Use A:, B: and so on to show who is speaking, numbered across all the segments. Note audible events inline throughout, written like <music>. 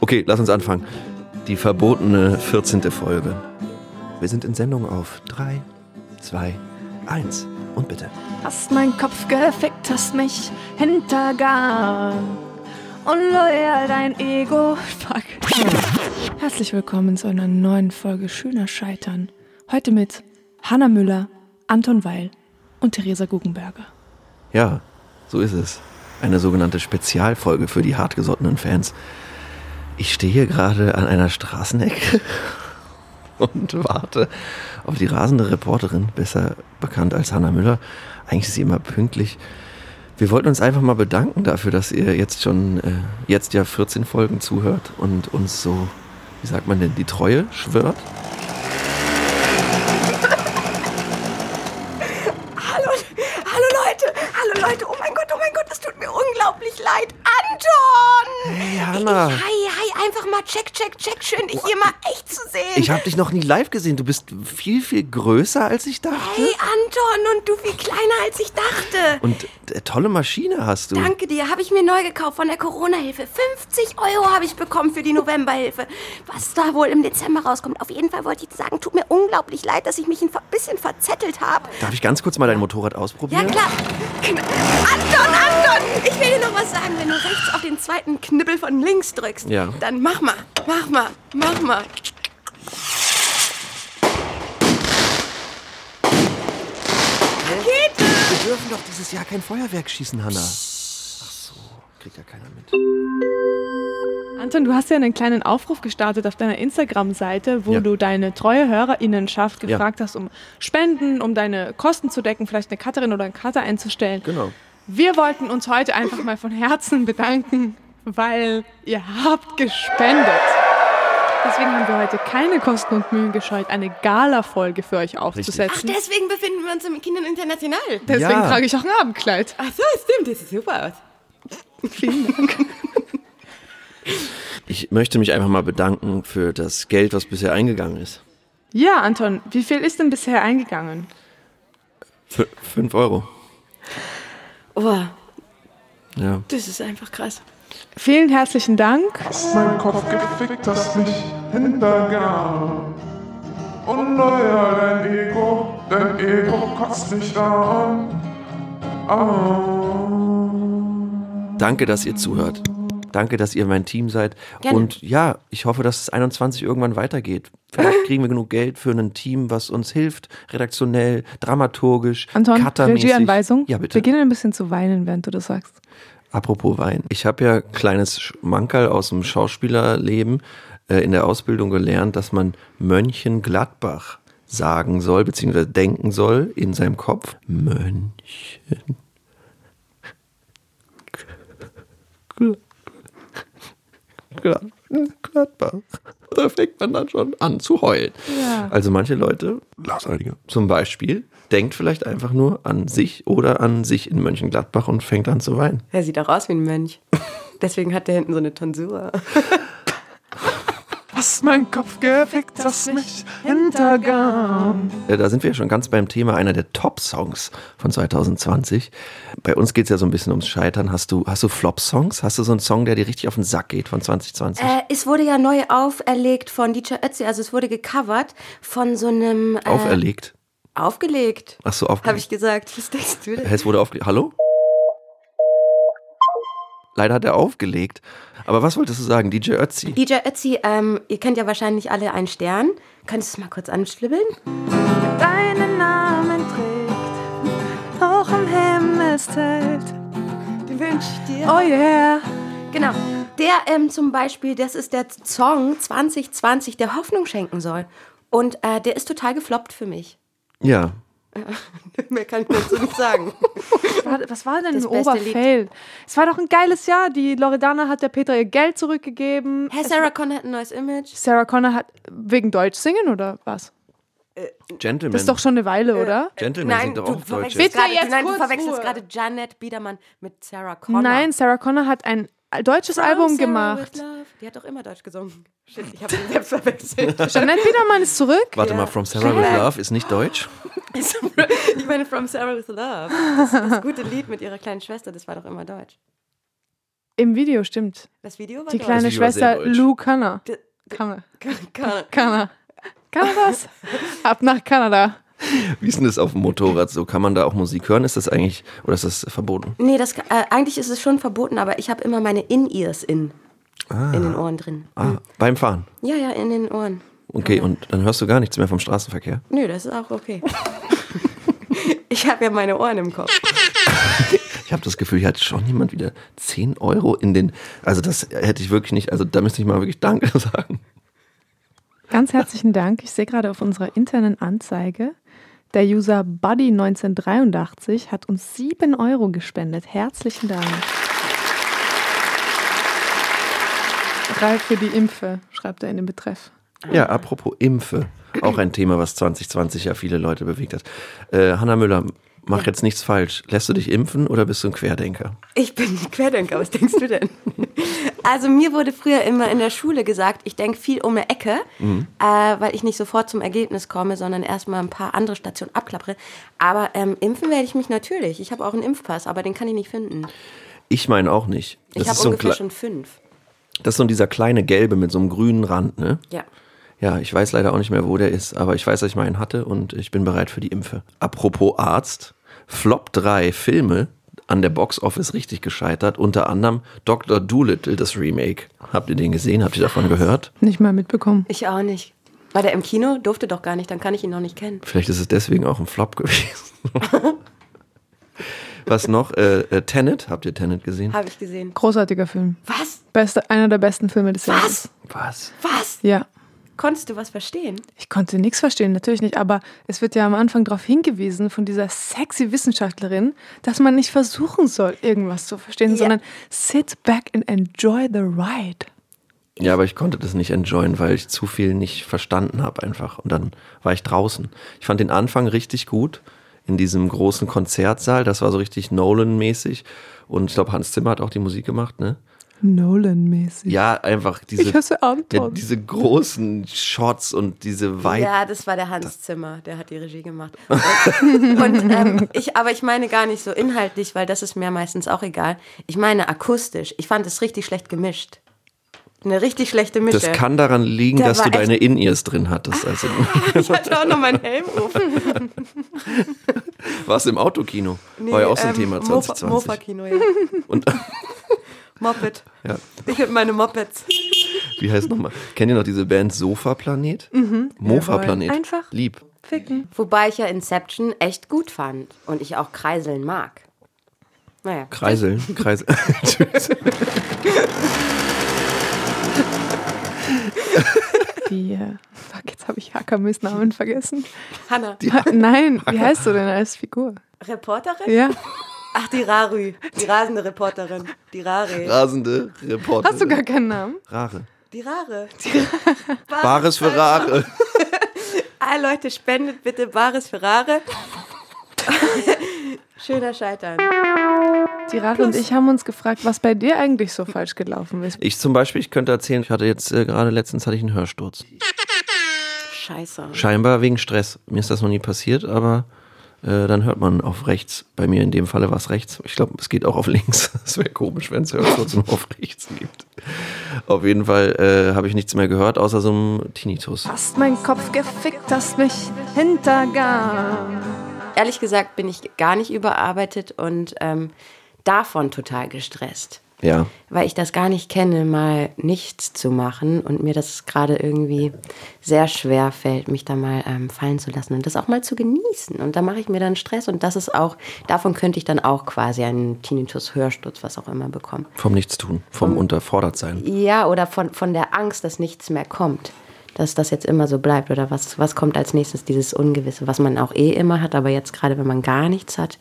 A: Okay, lass uns anfangen. Die verbotene 14. Folge. Wir sind in Sendung auf 3, 2, 1 und bitte.
B: Hast meinen Kopf gefickt, hast mich hintergangen. Unloyal dein Ego. <laughs> Fuck. Herzlich willkommen zu einer neuen Folge Schöner Scheitern. Heute mit Hanna Müller, Anton Weil und Theresa Guggenberger.
A: Ja, so ist es. Eine sogenannte Spezialfolge für die hartgesottenen Fans. Ich stehe hier gerade an einer Straßenecke <laughs> und warte auf die rasende Reporterin, besser bekannt als Hanna Müller. Eigentlich ist sie immer pünktlich. Wir wollten uns einfach mal bedanken dafür, dass ihr jetzt schon, äh, jetzt ja 14 Folgen zuhört und uns so, wie sagt man denn, die Treue schwört.
C: Hallo, hallo Leute, hallo Leute, oh mein Gott, oh mein Gott, es tut mir unglaublich leid. Anton!
A: Hey, Hanna.
C: Hi, hi, einfach mal check, check, check, schön dich hier mal echt zu sehen.
A: Ich habe dich noch nie live gesehen. Du bist viel, viel größer, als ich dachte.
C: hey Anton und du viel kleiner als ich dachte.
A: Und äh, tolle Maschine hast du.
C: Danke dir, habe ich mir neu gekauft von der Corona-Hilfe. 50 Euro habe ich bekommen für die
A: Oh.
C: Novemberhilfe. Was da wohl im Dezember rauskommt. Auf jeden Fall wollte ich sagen, tut mir unglaublich leid, dass ich mich ein bisschen verzettelt habe.
A: Darf ich ganz kurz mal dein Motorrad
C: Ja,
A: ausprobieren?
C: klar. Kn Anton, Anton! Ich will dir noch was sagen. Wenn du rechts auf den zweiten Knibbel von links drückst,
A: Ja.
C: dann mach mal, mach mal, mach mal. Rakete!
A: Wir dürfen doch dieses Jahr kein Feuerwerk schießen, Hanna. Ach so, kriegt ja keiner mit.
D: Anton, du hast ja einen kleinen Aufruf gestartet auf deiner Instagram-Seite, wo
A: Ja.
D: du deine treue Hörerinnenschaft
A: Ja.
D: gefragt hast, um Spenden, um deine Kosten zu decken, vielleicht eine Cutterin oder einen Cutter einzustellen.
A: Genau.
D: Wir wollten uns heute einfach mal von Herzen bedanken, weil ihr habt gespendet. Deswegen haben wir heute keine Kosten und Mühen gescheut, eine Gala-Folge für euch
C: Ach,
D: aufzusetzen.
C: deswegen befinden wir uns im Kindern International.
D: Deswegen
A: Ja.
D: trage ich auch ein Abendkleid.
C: Ach so, stimmt, das sieht super aus.
A: Ich möchte mich einfach mal bedanken für das Geld, was bisher eingegangen ist.
D: Ja, Anton, wie viel ist denn bisher eingegangen?
A: F fünf Euro.
C: Oh,
A: Ja.
C: das ist einfach krass.
D: Vielen herzlichen Dank.
E: mein Kopf gefickt, hast mich hintergangen. Unloyal dein Ego, dein Ego kotzt mich an.
A: Danke, dass ihr zuhört. Danke, dass ihr mein Team seid.
C: Gerne.
A: Und ja, ich hoffe, dass es 21 irgendwann weitergeht. Vielleicht kriegen wir genug Geld für ein Team, was uns hilft, redaktionell, dramaturgisch,
D: Anton,
A: cuttermäßig.
D: Regieanweisung.
A: Ja, bitte.
D: Beginne ein bisschen zu weinen, während du das sagst.
A: Apropos Wein. Ich habe ja kleines Schmankerl aus dem Schauspielerleben äh, in der Ausbildung gelernt, dass man Mönchengladbach sagen soll, beziehungsweise denken soll in seinem Kopf. Mönchen. Glad- Gladbach. Da fängt man dann schon an zu heulen.
D: Ja.
A: Also manche Leute, Lars Heidinger zum Beispiel, denkt vielleicht einfach nur an sich oder an sich in Mönchengladbach und fängt an zu weinen.
C: Er sieht auch aus wie ein <laughs> Mönch. Deswegen hat der hinten so eine Tonsur.
E: Hast mein Kopf gefickt, hast mich hintergangen.
A: Äh, Da sind wir ja schon ganz beim Thema einer der Top-Songs von 2020. Bei uns geht es ja so ein bisschen ums Scheitern. Hast du, hast du Flop-Songs? Hast du so einen Song, der dir richtig auf den Sack geht von 2020?
C: Äh, es wurde ja neu auferlegt von DJ Ötzi, also es wurde gecovert von so einem. Äh,
A: Auferlegt.
C: Aufgelegt.
A: Ach so,
C: Habe
A: aufgelegt.
C: ich gesagt. Was denkst du denn?
A: Es wurde aufgelegt. Hallo? Leider hat er aufgelegt. Aber was wolltest du sagen? DJ Ötzi?
C: DJ Ötzi, ähm, ihr kennt ja wahrscheinlich alle einen Stern. Könntest du es mal kurz anschlibbeln?
B: Deinen Namen trägt, hoch im Himmelszelt. Den wünsch ich dir.
D: Oh yeah.
C: Genau. Der ähm, zum Beispiel, das ist der Song 2020, der Hoffnung schenken soll. Und äh, der ist total gefloppt für mich.
A: Ja.
C: <laughs> Mehr kann ich dazu nicht sagen.
D: War- Was war denn
C: Das
D: ein
C: beste
D: Oberfail? Es war doch ein geiles Jahr. Die Loredana hat der Petra ihr Geld zurückgegeben.
C: Hey, Sarah Connor hat ein neues Image.
D: Sarah Connor hat wegen Deutsch singen oder was?
A: Gentleman.
D: Das ist doch schon eine Weile, oder?
A: Gentleman
C: Nein,
A: sind
C: du
A: doch auch Deutsche.
C: verwechselst, gerade,
D: jetzt
C: nein, du
D: kurz
C: verwechselst
D: Ruhe.
C: gerade Janet Biedermann mit Sarah Connor.
D: Nein, Sarah Connor hat ein deutsches Album gemacht.
C: Die hat auch immer Deutsch gesungen. Shit, ich habe sie selbst verwechselt. <laughs>
D: Jeanette Biedermann ist zurück.
A: Warte mal, From Sarah with Love ist nicht deutsch?
C: ich meine, From Sarah with Love. Das, das gute Lied mit ihrer kleinen Schwester, das war doch immer Deutsch.
D: Im Video, stimmt.
C: Das Video war
D: Die
C: deutsch.
D: kleine
A: Video war sehr
D: Schwester
A: deutsch.
D: Lou Kanner.
C: D- d-
D: Kanner.
C: Keine-
D: Kanner. Kanner
C: <laughs>
D: das? Ab nach Kanada.
A: Wie ist denn das auf dem Motorrad so? Kann man da auch Musik hören? Ist das eigentlich, oder ist das verboten?
C: Nee, das, äh, eigentlich ist es schon verboten, aber ich habe immer meine In-Ears in, in den Ohren drin.
A: Ah, beim Fahren.
C: Ja, ja, in den Ohren.
A: Okay, und dann hörst du gar nichts mehr vom Straßenverkehr.
C: Nö, das ist auch okay. <laughs> ich habe ja meine Ohren im Kopf.
A: Ich habe das Gefühl, hier hat schon jemand wieder 10 Euro in den. Also, das hätte ich wirklich nicht. Also, da müsste ich mal wirklich Danke <laughs> sagen.
D: Ganz herzlichen Dank. Ich sehe gerade auf unserer internen Anzeige, der User Buddy1983 hat uns 7 Euro gespendet. Herzlichen Dank. Ralf für die Impfe, schreibt er in dem Betreff.
A: Ja,
C: Ah.
A: apropos Impfe. Auch ein Thema, was 2020 ja viele Leute bewegt hat. Äh, Hanna Müller, mach jetzt nichts falsch. Lässt du dich impfen oder bist du ein Querdenker?
C: Ich bin ein Querdenker, was denkst du denn? <laughs> Also mir wurde früher immer in der Schule gesagt, ich denke viel um eine Ecke,
A: Mhm.
C: äh, weil ich nicht sofort zum Ergebnis komme, sondern erstmal ein paar andere Stationen abklappere. Aber ähm, impfen werde ich mich natürlich. Ich habe auch einen Impfpass, aber den kann ich nicht finden.
A: Ich meine auch nicht.
C: Ich
A: Das
C: habe
A: ist, so ein
C: ungefähr
A: Kle-
C: schon fünf.
A: das ist so dieser kleine gelbe mit so einem grünen Rand, ne?
C: Ja.
A: Ja, ich weiß leider auch nicht mehr, wo der ist, aber ich weiß, dass ich meinen hatte und ich bin bereit für die Impfe. Apropos Arzt, Flop 3 Filme an der Box Office richtig gescheitert, unter anderem Dr. Doolittle, das Remake. Habt ihr den gesehen? Habt ihr davon gehört?
D: Nicht mal mitbekommen.
C: Ich auch nicht. War der im Kino? Durfte doch gar nicht, dann kann ich ihn noch nicht kennen.
A: Vielleicht ist es deswegen auch ein Flop gewesen. Was noch? Äh, äh, Tenet, habt ihr Tenet gesehen?
C: Habe ich gesehen.
D: Großartiger Film.
C: Was?
D: Beste, einer der besten Filme des Jahres.
C: Was?
A: Was?
C: Was?
D: Ja.
C: Konntest du was verstehen?
D: Ich konnte nichts verstehen, natürlich nicht, aber es wird ja am Anfang darauf hingewiesen von dieser sexy Wissenschaftlerin, dass man nicht versuchen soll, irgendwas zu verstehen,
C: Ja.
D: sondern sit back and enjoy the ride.
A: Ja, aber ich konnte das nicht enjoyen, weil ich zu viel nicht verstanden habe einfach. Und dann war ich draußen. Ich fand den Anfang richtig gut in diesem großen Konzertsaal. Das war so richtig Nolan-mäßig. Und ich glaube, Hans Zimmer hat auch die Musik gemacht, ne?
D: Nolan-mäßig.
A: Ja, einfach diese,
D: Ich hasse Anton.
A: ja, diese großen Shots und diese Weiten.
C: Ja, das war der Hans Zimmer, der hat die
A: <laughs>
C: Regie gemacht. Und, und, ähm, ich, aber ich meine gar nicht so inhaltlich, weil das ist mir meistens auch egal. Ich meine akustisch. Ich fand es richtig schlecht gemischt. Eine richtig schlechte Mische.
A: Das kann daran liegen,
C: Der
A: dass
C: war Ah.
A: du deine In-Ears drin hattest. Also,
C: ich hatte auch noch meinen Helm auf.
A: <laughs> warst im Autokino. war ja auch so ein
C: ähm,
A: Thema
C: Mofa-
A: 2020.
C: Mofa-Kino, ja.
A: Und <laughs>
C: Moped.
A: Ja.
C: Ich und meine Mopeds.
A: wie heißt nochmal? Kennt ihr noch diese Band Sofa Planet? Mhm. Mofa Planet.
D: Jawohl. Einfach.
A: Lieb.
D: Ficken.
C: Wobei ich ja Inception echt gut fand und ich auch kreiseln mag. Naja.
A: Kreiseln. Kreisel. Tschüss.
D: Die, äh, fuck, jetzt habe ich Hakamis Namen vergessen.
C: Hanna,
D: Ha- Nein, wie heißt du denn als Figur?
C: Reporterin?
D: Ja.
C: Ach, die Rarü. Die rasende Reporterin. Die
A: <laughs>
C: Rare.
A: Rasende Reporter.
D: Hast du gar keinen Namen?
A: Rare.
C: Die Rare.
A: Bares für Rare.
C: Ah, Leute, spendet bitte Bares für Rare. <laughs> Schöner Scheitern.
D: Die Rare und ich haben uns gefragt, was bei dir eigentlich so falsch gelaufen ist.
A: Ich zum Beispiel, ich könnte erzählen, ich hatte jetzt äh, gerade letztens hatte ich einen Hörsturz.
C: Scheiße.
A: Scheinbar wegen Stress. Mir ist das noch nie passiert, aber äh, dann hört man auf rechts. Bei mir in dem Falle war es rechts. Ich glaube, es geht auch auf links. <laughs> Es wäre komisch, wenn es Hörsturz nur auf rechts gibt. Auf jeden Fall äh, habe ich nichts mehr gehört, außer so einem Tinnitus.
B: Hast mein Kopf gefickt, hast mich hintergangen.
C: Ehrlich gesagt bin ich gar nicht überarbeitet und ähm, davon total gestresst.
A: Ja.
C: Weil ich das gar nicht kenne, mal nichts zu machen und mir das gerade irgendwie sehr schwer fällt, mich da mal ähm, fallen zu lassen und das auch mal zu genießen. Und da mache ich mir dann Stress und das ist auch, davon könnte ich dann auch quasi einen Tinnitus, Hörsturz, was auch immer bekommen.
A: Vom Nichtstun,
D: Hm.
A: vom Unterfordertsein.
C: Ja, oder von, von der Angst, dass nichts mehr kommt. Dass das jetzt immer so bleibt oder was, was kommt als nächstes, dieses Ungewisse, was man auch eh immer hat, aber jetzt gerade, wenn man gar nichts hat,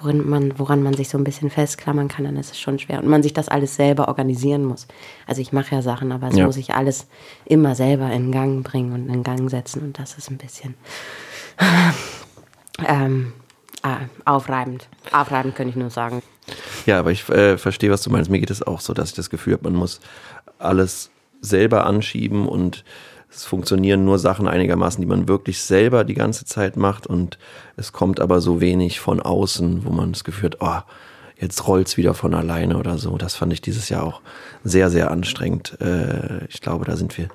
C: worin man, woran man sich so ein bisschen festklammern kann, dann ist es schon schwer. Und man sich das alles selber organisieren muss. Also ich mache ja Sachen, aber es
A: Ja.
C: muss ich alles immer selber in Gang bringen und in Gang setzen und das ist ein bisschen <laughs> ähm, ah, aufreibend. Aufreibend könnte ich nur sagen.
A: Ja, aber ich äh, verstehe, was du meinst. Mir geht es auch so, dass ich das Gefühl habe, man muss alles selber anschieben und es funktionieren nur Sachen einigermaßen, die man wirklich selber die ganze Zeit macht und es kommt aber so wenig von außen, wo man das Gefühl hat, oh, jetzt rollt's wieder von alleine oder so. Das fand ich dieses Jahr auch sehr, sehr anstrengend. Äh, ich glaube, da sind wir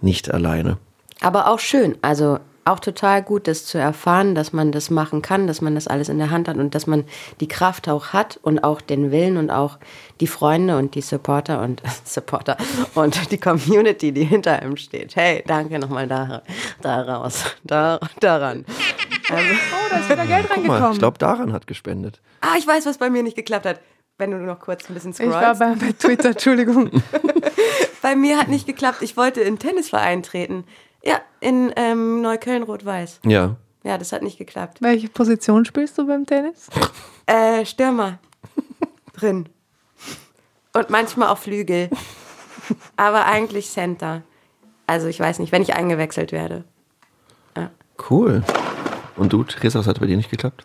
A: nicht alleine.
C: Aber auch schön. Also auch total gut, das zu erfahren, dass man das machen kann, dass man das alles in der Hand hat und dass man die Kraft auch hat und auch den Willen und auch die Freunde und die Supporter und <laughs> Supporter und die Community, die hinter einem steht. Hey, danke nochmal da, daraus, da, daran.
D: Oh, da ist wieder Geld
A: Guck mal, ich
D: reingekommen.
A: glaube, daran hat gespendet.
C: Ah, ich weiß, was bei mir nicht geklappt hat. Wenn du noch kurz ein bisschen
D: Ich war
C: scrollst.
D: bei, bei Twitter, Entschuldigung. <laughs>
C: Bei mir hat nicht geklappt. Ich wollte in einen Tennisverein treten. Ja, in ähm, Neukölln Rot-Weiß.
A: Ja.
C: Ja, das hat nicht geklappt.
D: Welche Position spielst du beim Tennis?
C: Äh, Stürmer. Drin. Und manchmal auch Flügel. Aber eigentlich Center. Also ich weiß nicht, wenn ich eingewechselt werde.
A: Cool. Und du, Theresa, was hat bei dir nicht geklappt?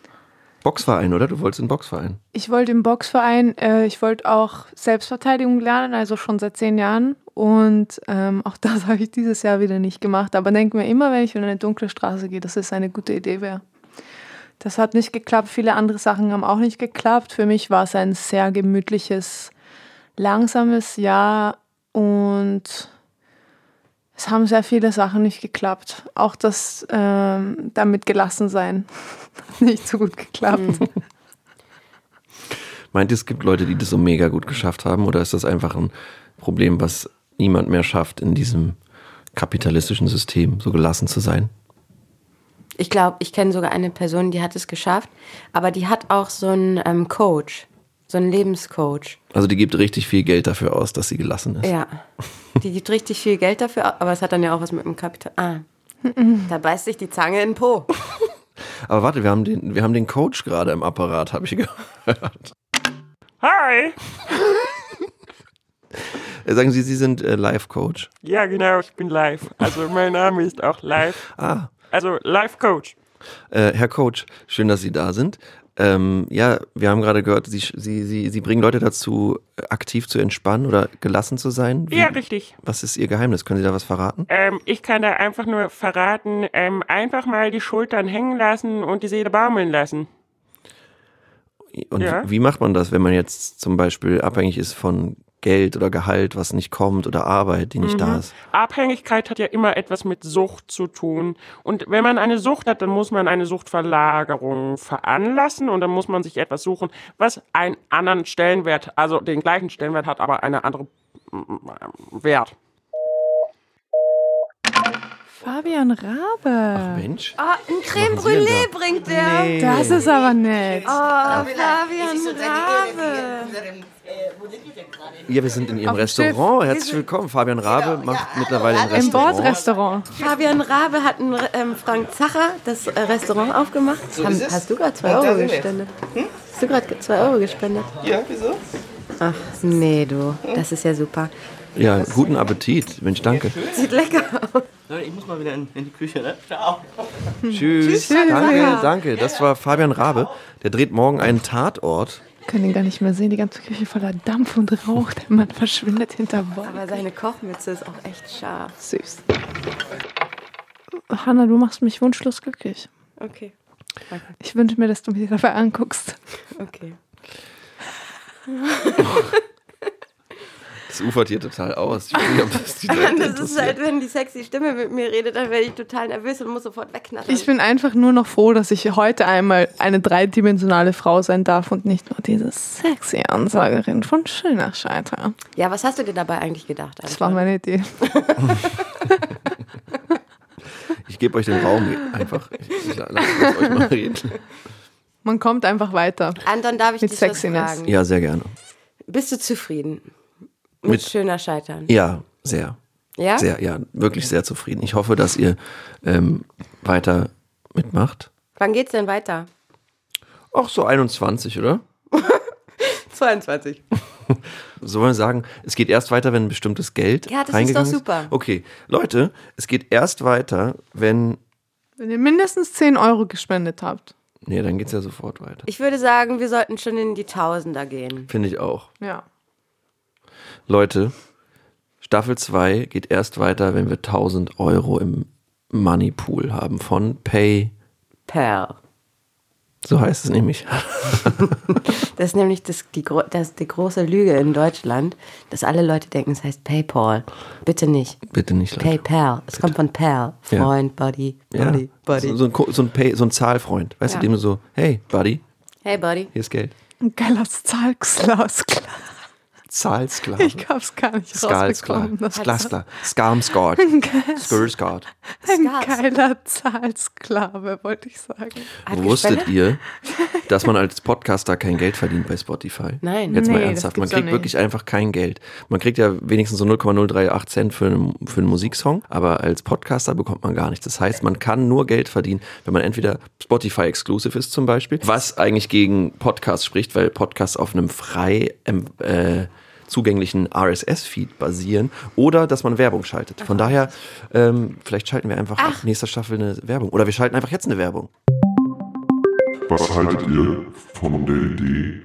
A: Boxverein, oder? Du wolltest in den Boxverein.
D: Ich wollte im Boxverein, äh, ich wollte auch Selbstverteidigung lernen, also schon seit zehn Jahren. Und ähm, auch <laughs> das habe ich dieses Jahr wieder nicht gemacht. Aber denke mir immer, wenn ich in eine dunkle Straße gehe, dass es eine gute Idee wäre. Das hat nicht geklappt. Viele andere Sachen haben auch nicht geklappt. Für mich war es ein sehr gemütliches, langsames Jahr und es haben sehr viele Sachen nicht geklappt. Auch das ähm, damit gelassen sein <laughs> hat nicht so gut geklappt.
A: Meint ihr, es gibt Leute, die das so mega gut geschafft haben? Oder ist das einfach ein Problem, was niemand mehr schafft, in diesem kapitalistischen System so gelassen zu sein?
C: Ich glaube, ich kenne sogar eine Person, die hat es geschafft. Aber die hat auch so einen ähm, Coach. So einen Lebenscoach.
A: Also die gibt richtig viel Geld dafür aus, dass sie gelassen ist.
C: Ja. Die gibt richtig viel Geld dafür, au- aber es hat dann ja auch was mit dem Kapital. Ah. Da beißt sich die Zange in den Po.
A: Aber warte, wir haben den, wir haben den Coach gerade im Apparat, habe ich gehört.
F: Hi!
A: Sagen Sie, Sie sind äh, Life-Coach.
F: Ja, genau, ich bin live. Also mein Name ist auch live.
A: Ah,
F: Also Live Coach.
A: Äh, Herr Coach, schön, dass Sie da sind. Ähm, ja, wir haben gerade gehört, Sie, Sie, Sie, Sie bringen Leute dazu, aktiv zu entspannen oder gelassen zu sein. Wie,
F: Ja, richtig.
A: was ist Ihr Geheimnis? Können Sie da was verraten?
F: Ähm, ich kann da einfach nur verraten, ähm, einfach mal die Schultern hängen lassen und die Seele baumeln lassen.
A: Und
F: Ja.
A: wie, wie macht man das, wenn man jetzt zum Beispiel abhängig ist von Geld oder Gehalt, was nicht kommt oder Arbeit, die nicht da ist?
F: Abhängigkeit hat ja immer etwas mit Sucht zu tun. Und wenn man eine Sucht hat, dann muss man eine Suchtverlagerung veranlassen und dann muss man sich etwas suchen, was einen anderen Stellenwert, also den gleichen Stellenwert hat, aber eine andere ähm, Wert.
D: Fabian Rabe.
A: Mensch.
C: Ah, ein Creme
A: machen Sie denn
C: Brûlée
A: da?
C: bringt der.
D: das ist aber nett.
C: Fabian Rabe.
A: Ja, wir sind in Ihrem
D: Auf dem
A: Restaurant. Herzlich willkommen. Fabian Rabe macht mittlerweile ein
D: Im
A: Restaurant.
D: Bordrestaurant.
C: Fabian Rabe hat ein ähm, Frank Zacher das äh, Restaurant aufgemacht. Haben, hast du gerade 2 Euro gespendet? Hast du gerade 2 Euro gespendet? Ja, wieso? Ach, nee, du. Das ist ja super.
A: Ja, guten Appetit. Mensch, danke.
C: Sieht lecker aus.
G: Leute, ich muss mal wieder in, in die Küche, ne? Ciao.
A: Tschüss. Danke, danke. Das war Fabian Rabe. Der dreht morgen einen Tatort.
D: Können ihn gar nicht mehr sehen. Die ganze Küche voller Dampf und Rauch. Der Mann verschwindet hinter Bord.
C: Aber seine Kochmütze ist auch echt scharf.
D: Süß. Hanna, du machst mich wunschlos glücklich.
C: Okay,
D: Ich wünsche mir, dass du mich dabei anguckst.
C: okay.
A: Das ufert hier total aus. Ich weiß nicht, ob das die Leute
C: <laughs> Das ist
A: interessiert.
C: halt, wenn die sexy Stimme mit mir redet, dann werde ich total nervös und muss sofort wegknattern.
D: Ich bin einfach nur noch froh, dass ich heute einmal eine dreidimensionale Frau sein darf und nicht nur diese sexy Ansagerin von Schönerscheiter.
C: ja, was hast du dir dabei eigentlich gedacht?
D: Das war meine Idee.
A: Ich gebe euch den Raum einfach. Ich, ich lasse euch mal reden.
D: Man kommt einfach weiter.
C: Anton, darf ich
D: Mit
C: dich
D: Sexiness.
C: was fragen?
A: Ja, sehr gerne.
C: Bist du zufrieden mit,
A: Mit-
C: schöner Scheitern?
A: Ja, sehr.
C: Ja?
A: Sehr, ja, wirklich sehr zufrieden. Ich hoffe, dass ihr ähm, weiter mitmacht.
C: Wann geht's denn weiter?
A: Ach, so 21, oder?
C: 22.
A: So wollen wir sagen, es geht erst weiter, wenn ein bestimmtes Geld
C: Ja, das ist doch
A: reingegangen
C: super.
A: Okay, Leute, es geht erst weiter, wenn...
D: Wenn ihr mindestens 10 Euro gespendet habt.
A: Nee, dann geht es ja sofort weiter.
C: Ich würde sagen, wir sollten schon in die Tausender gehen.
A: Finde ich auch.
D: Ja.
A: Leute, Staffel 2 geht erst weiter, wenn wir 1000 Euro im Moneypool haben von Pay
C: Per.
A: So heißt es nämlich.
C: Das ist nämlich das, die, gro- das, die große Lüge in Deutschland, dass alle Leute denken, es heißt PayPal. Bitte nicht.
A: Bitte nicht, Leute.
C: PayPal. Es kommt von Pal.
A: Ja.
C: Freund, Buddy. Buddy, Buddy.
A: So, so, ein, Ko- so, ein Pay, so ein Zahlfreund. Weißt du, dem du so, hey, Buddy,
C: Hey, Buddy.
A: hier ist Geld.
D: Ein geiler Zahlklaus.
A: Zahlsklave.
D: Ich hab's gar nicht rausbekommen.
A: Skalsklave.
D: dass das-
A: Sklasler.
D: <laughs>
A: Skamsgard. Skursgard.
D: Ein
C: Skas.
D: geiler Zahlsklave, wollte ich sagen.
C: Hat
A: Wusstet
C: gespendet?
D: <laughs>
A: ihr, dass man als Podcaster kein Geld verdient bei Spotify?
C: Nein.
A: Jetzt mal
D: Nee,
A: ernsthaft,
D: das
A: man
D: gibt's doch
A: kriegt
D: nicht.
A: wirklich einfach kein Geld. Man kriegt ja wenigstens so 0,038 Cent für einen, für einen Musiksong, aber als Podcaster bekommt man gar nichts. Das heißt, man kann nur Geld verdienen, wenn man entweder Spotify-exclusive ist zum Beispiel, was eigentlich gegen Podcasts spricht, weil Podcasts auf einem frei ähm, äh, zugänglichen RSS-Feed basieren oder dass man Werbung schaltet. Von daher, ähm, vielleicht schalten wir einfach ab nächster Staffel eine Werbung oder wir schalten einfach jetzt eine Werbung.
E: Was haltet ihr von der Idee,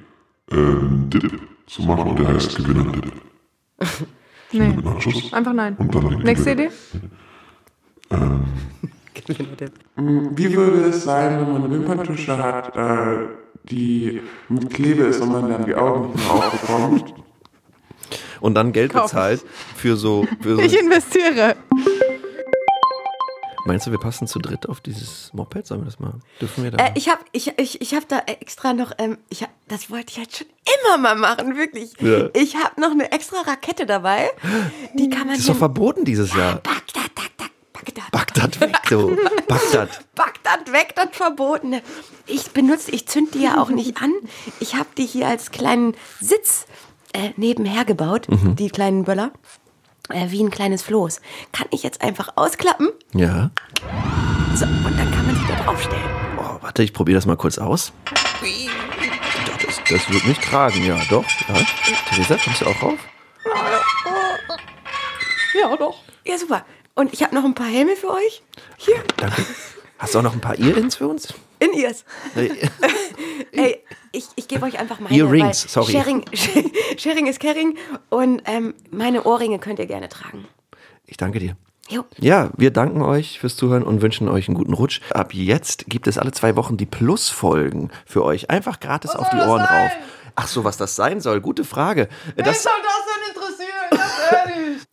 E: ähm, Dip zu machen und der heißt Gewinner-Dip?
D: Nee,
E: Mit Nachschuss
D: einfach nein.
E: und dann den
D: Nächste
E: Gewinner.
D: Idee?
E: Wie würde es sein, wenn man Wimperntusche hat, äh, die mit Klebe ist und man dann die Augen nicht mehr aufbekommt?
A: und dann Geld
D: Kauf.
A: bezahlt für so. Für so
D: Ich investiere.
A: Meinst du, wir passen zu dritt auf dieses Moped? Sollen wir das mal? Dürfen wir da?
C: Äh, ich habe ich, ich, ich hab da extra noch, ähm, ich hab, das wollte ich halt schon immer mal machen, wirklich.
A: Ja.
C: Ich habe noch eine extra Rakete dabei. Die kann man
A: das ist doch
C: hier-
A: verboten dieses Jahr.
C: Bagdad, tak, tak, Bagdad, <laughs>
A: Bagdad weg, du. Bagdad.
C: Bagdad, weg, das Verbotene. Ich benutze, ich zünd die ja auch nicht an. Ich habe die hier als kleinen Sitz äh, nebenher gebaut,
A: Mhm.
C: die kleinen Böller. Äh, wie ein kleines Floß. Kann ich jetzt einfach ausklappen
A: Ja.
C: so, und dann kann man sich da draufstellen.
A: Oh, warte, ich probiere das mal kurz aus. Doch, Das, das wird mich tragen, ja, doch. Ja. Theresa, kommst du auch rauf?
D: Ja, doch.
C: Ja, super. Und ich habe noch ein paar Helme für euch. Hier,
A: Danke. Hast du auch noch ein paar Earrings für uns?
C: in ihrs.
A: Nee.
C: <laughs> Ey, ich, ich gebe euch einfach meine.
A: Earrings,
C: weil
A: sorry.
C: Sharing, <laughs> sharing ist caring. Und ähm, meine Ohrringe könnt ihr gerne tragen.
A: Ich danke dir.
C: Jo.
A: Ja, wir danken euch fürs Zuhören und wünschen euch einen guten Rutsch. Ab jetzt gibt es alle zwei Wochen die Plus-Folgen für euch. Einfach gratis auf die Ohren rauf. Ach so, was das sein soll, gute Frage. Das, <laughs>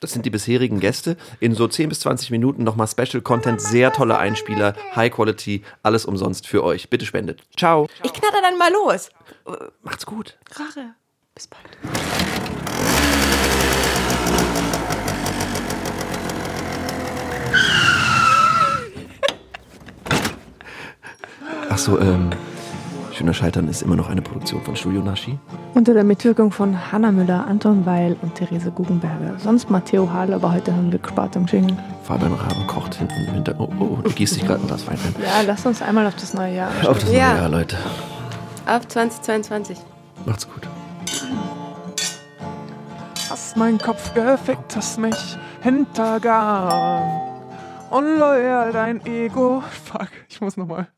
A: das sind die bisherigen Gäste. In so 10 bis 20 Minuten nochmal Special-Content, sehr tolle Einspieler, High Quality, alles umsonst für euch. Bitte spendet. Ciao.
C: Ich knatter dann mal los.
A: Macht's gut.
D: Rache. Bis bald.
A: Ach so, ähm, Schöner Scheitern ist immer noch eine Produktion von Studio Nashi.
D: Unter der Mitwirkung von Hanna Müller, Anton Weil und Therese Guggenberger. Sonst Matteo Hale, aber heute haben wir gespart am Jingle.
A: Fabian Raben kocht hinten im Hintergrund. Oh, oh, du gießt dich gerade ein Glas Wein ein.
D: Ja, lass uns einmal auf das neue Jahr.
A: Auf das
C: Ja.
A: neue Jahr, Leute.
C: Ab 2022.
A: Macht's gut.
E: Hast meinen Kopf gefickt, hast mich hintergangen. Unloyal dein Ego. Fuck, ich muss nochmal.